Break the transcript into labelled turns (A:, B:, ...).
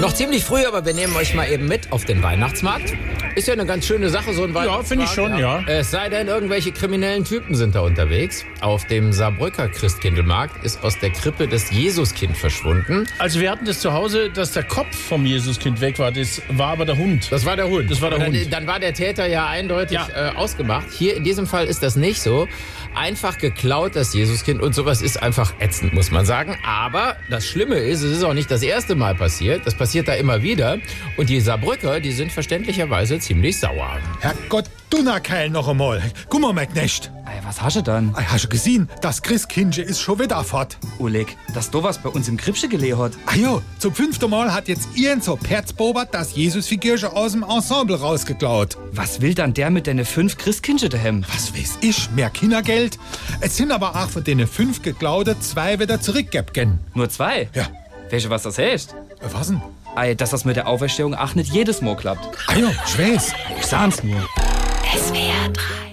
A: Noch ziemlich früh, aber wir nehmen euch mal eben mit auf den Weihnachtsmarkt. Ist ja eine ganz schöne Sache, so ein Weihnachtsmarkt.
B: finde ich schon, ja.
A: Es sei denn, irgendwelche kriminellen Typen sind da unterwegs. Auf dem Saarbrücker Christkindlmarkt ist aus der Krippe das Jesuskind verschwunden.
B: Also wir hatten das zu Hause, dass der Kopf vom Jesuskind weg war. Das war aber der Hund.
A: Das war der Hund.
B: Das war der
A: dann,
B: Hund.
A: Dann war der Täter ja eindeutig
B: Ja.
A: Äh, ausgemacht. Hier in diesem Fall ist das nicht so. Einfach geklaut das Jesuskind und sowas ist einfach ätzend, muss man sagen. Aber das Schlimme ist, es ist auch nicht das erste Mal passiert. Das passiert da immer wieder. Und die Saarbrücker, die sind verständlicherweise ziemlich sauer.
C: Herrgott, Dunnerkeil noch einmal. Guck mal, mein Knecht.
D: Ey, was hast du denn?
C: Ei, Hast du gesehen, das Christkindje ist schon wieder fort.
D: Oleg, dass du was bei uns im Kripsche gelehrt hat.
C: Ah ja, zum fünften Mal hat jetzt ihren so Perzbobert das Jesusfigürchen aus dem Ensemble rausgeklaut.
D: Was will dann der mit deine fünf Christkindchen daheim?
C: Was weiß ich, mehr Kindergeld? Es sind aber auch von denen fünf geklaute zwei wieder zurückgegeben.
D: Nur zwei?
C: Ja.
D: Welche was das heißt?
C: Äh, Was denn?
D: Ey, dass das mit der Auferstehung ach nicht jedes Mal klappt.
C: Ah ja, ich weiß.
D: Ich sah's nur.
E: SWR 3.